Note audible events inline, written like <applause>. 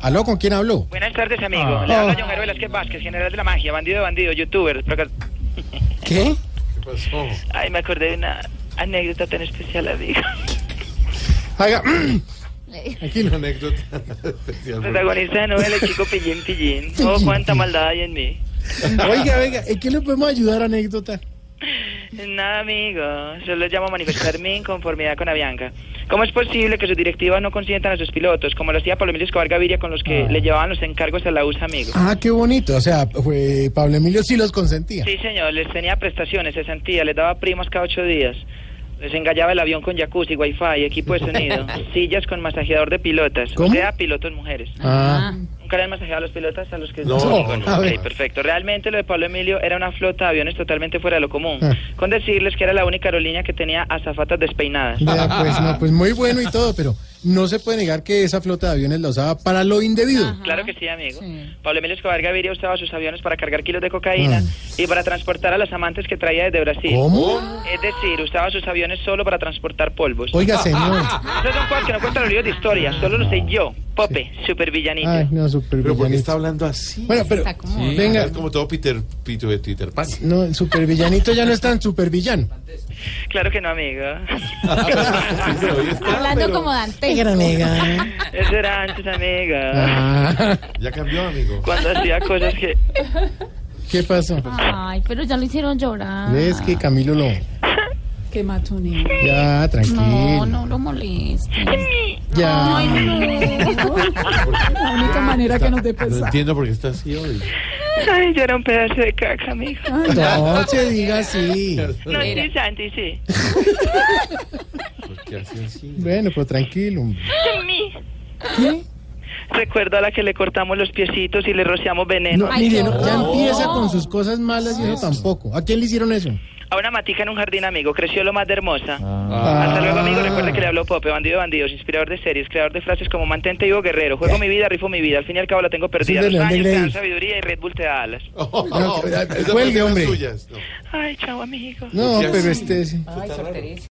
¿Aló? ¿Con quién habló? Buenas tardes, amigo. Le Ah. habla John Jairo Velázquez Vázquez, general de la magia, bandido de bandido, youtuber. proca- ¿Qué? Ay, me acordé de una anécdota tan especial, amigo. Haga. mm. <laughs> Tranquilo. anécdota especial. Protagonista de novela Chico Pillín Pillín. Oh, cuánta maldad hay en mí. Oiga, oiga, ¿en qué le podemos ayudar, anécdota? Nada, amigo. Solo llamo a manifestar mi inconformidad con Avianca. ¿Cómo es posible que sus directivas no consientan a sus pilotos, como lo hacía Pablo Emilio Escobar Gaviria con los que le llevaban los encargos a la USA, amigo? Ah, qué bonito. O sea, fue- Pablo Emilio sí los consentía. Sí, señor, les tenía prestaciones, se sentía, les daba primas cada ocho días. Les engallaba el avión con jacuzzi, wifi, equipo de <laughs> sonido, sillas con masajeador de pilotas. ¿Cómo? O sea, pilotos mujeres. Ah. ¿Nunca le han masajeado a los pilotas a los que... No, No, no, a Ok, ver. perfecto. Realmente lo de Pablo Emilio era una flota de aviones totalmente fuera de lo común. Ah. Con decirles que era la única aerolínea que tenía azafatas despeinadas. Vea, pues, no, pues muy bueno y todo, pero no se puede negar que esa flota de aviones la usaba para lo indebido. Claro que sí, amigo. Sí. Pablo Emilio Escobar Gaviria usaba sus aviones para cargar kilos de cocaína y para transportar a las amantes que traía desde Brasil. Ah. ¿Cómo? Es decir, usaba sus aviones solo para transportar polvos. Oiga, señor. Esos son cosas que no cuentan los libros de historia, solo lo sé yo, Pope, supervillanito. Ay, no, súper Pero ¿por qué villanito. está hablando así? Bueno, pero. Está como- Sí, Venga. Es como todo Peter, Pito de Twitter <laughs> Pan. No, el supervillanito ya no es tan supervillano. Claro que no, amigo. <laughs> Pero hoy está, Hablando Ah, pero como Dante. Eso era antes, amiga. Ah, Ya cambió, amigo. Cuando hacía cosas que... ¿Qué pasó? Ay, pero ya lo hicieron llorar. ¿Ves que Camilo lo.? Qué matoneo. <laughs> Ya, tranquilo. No, no lo molestes. Ya. Ay, no. La única manera que nos dé Ah, No pesar. entiendo por qué está así <laughs> hoy. Ay, yo era un pedazo de caca, amigo. No se diga así. No, sí, Santi, sí. ¿Por qué hace así? Bueno, pues tranquilo. hombre. Recuerdo a la que le cortamos los piecitos y le rociamos veneno. No, mire, qué no, ya horror. empieza con sus cosas malas y eso tampoco. ¿A quién le hicieron eso? A una matica en un jardín, amigo, creció lo más de hermosa. Ah. Hasta luego, amigo. Ah. Recuerde que le <laughs> habló Pope, bandido de bandidos, inspirador de series, creador de frases como mantente vivo, guerrero. Juego mi vida, rifo mi vida. Al fin y al cabo la tengo perdida. Sí, de Los León de años te Grey. dan sabiduría y Red Bull te da alas. Oh, No, esas cuelgue, son hombre. suyas, no. Ay, chao, amigo. No, Ya pero sí. este sí. Está raro.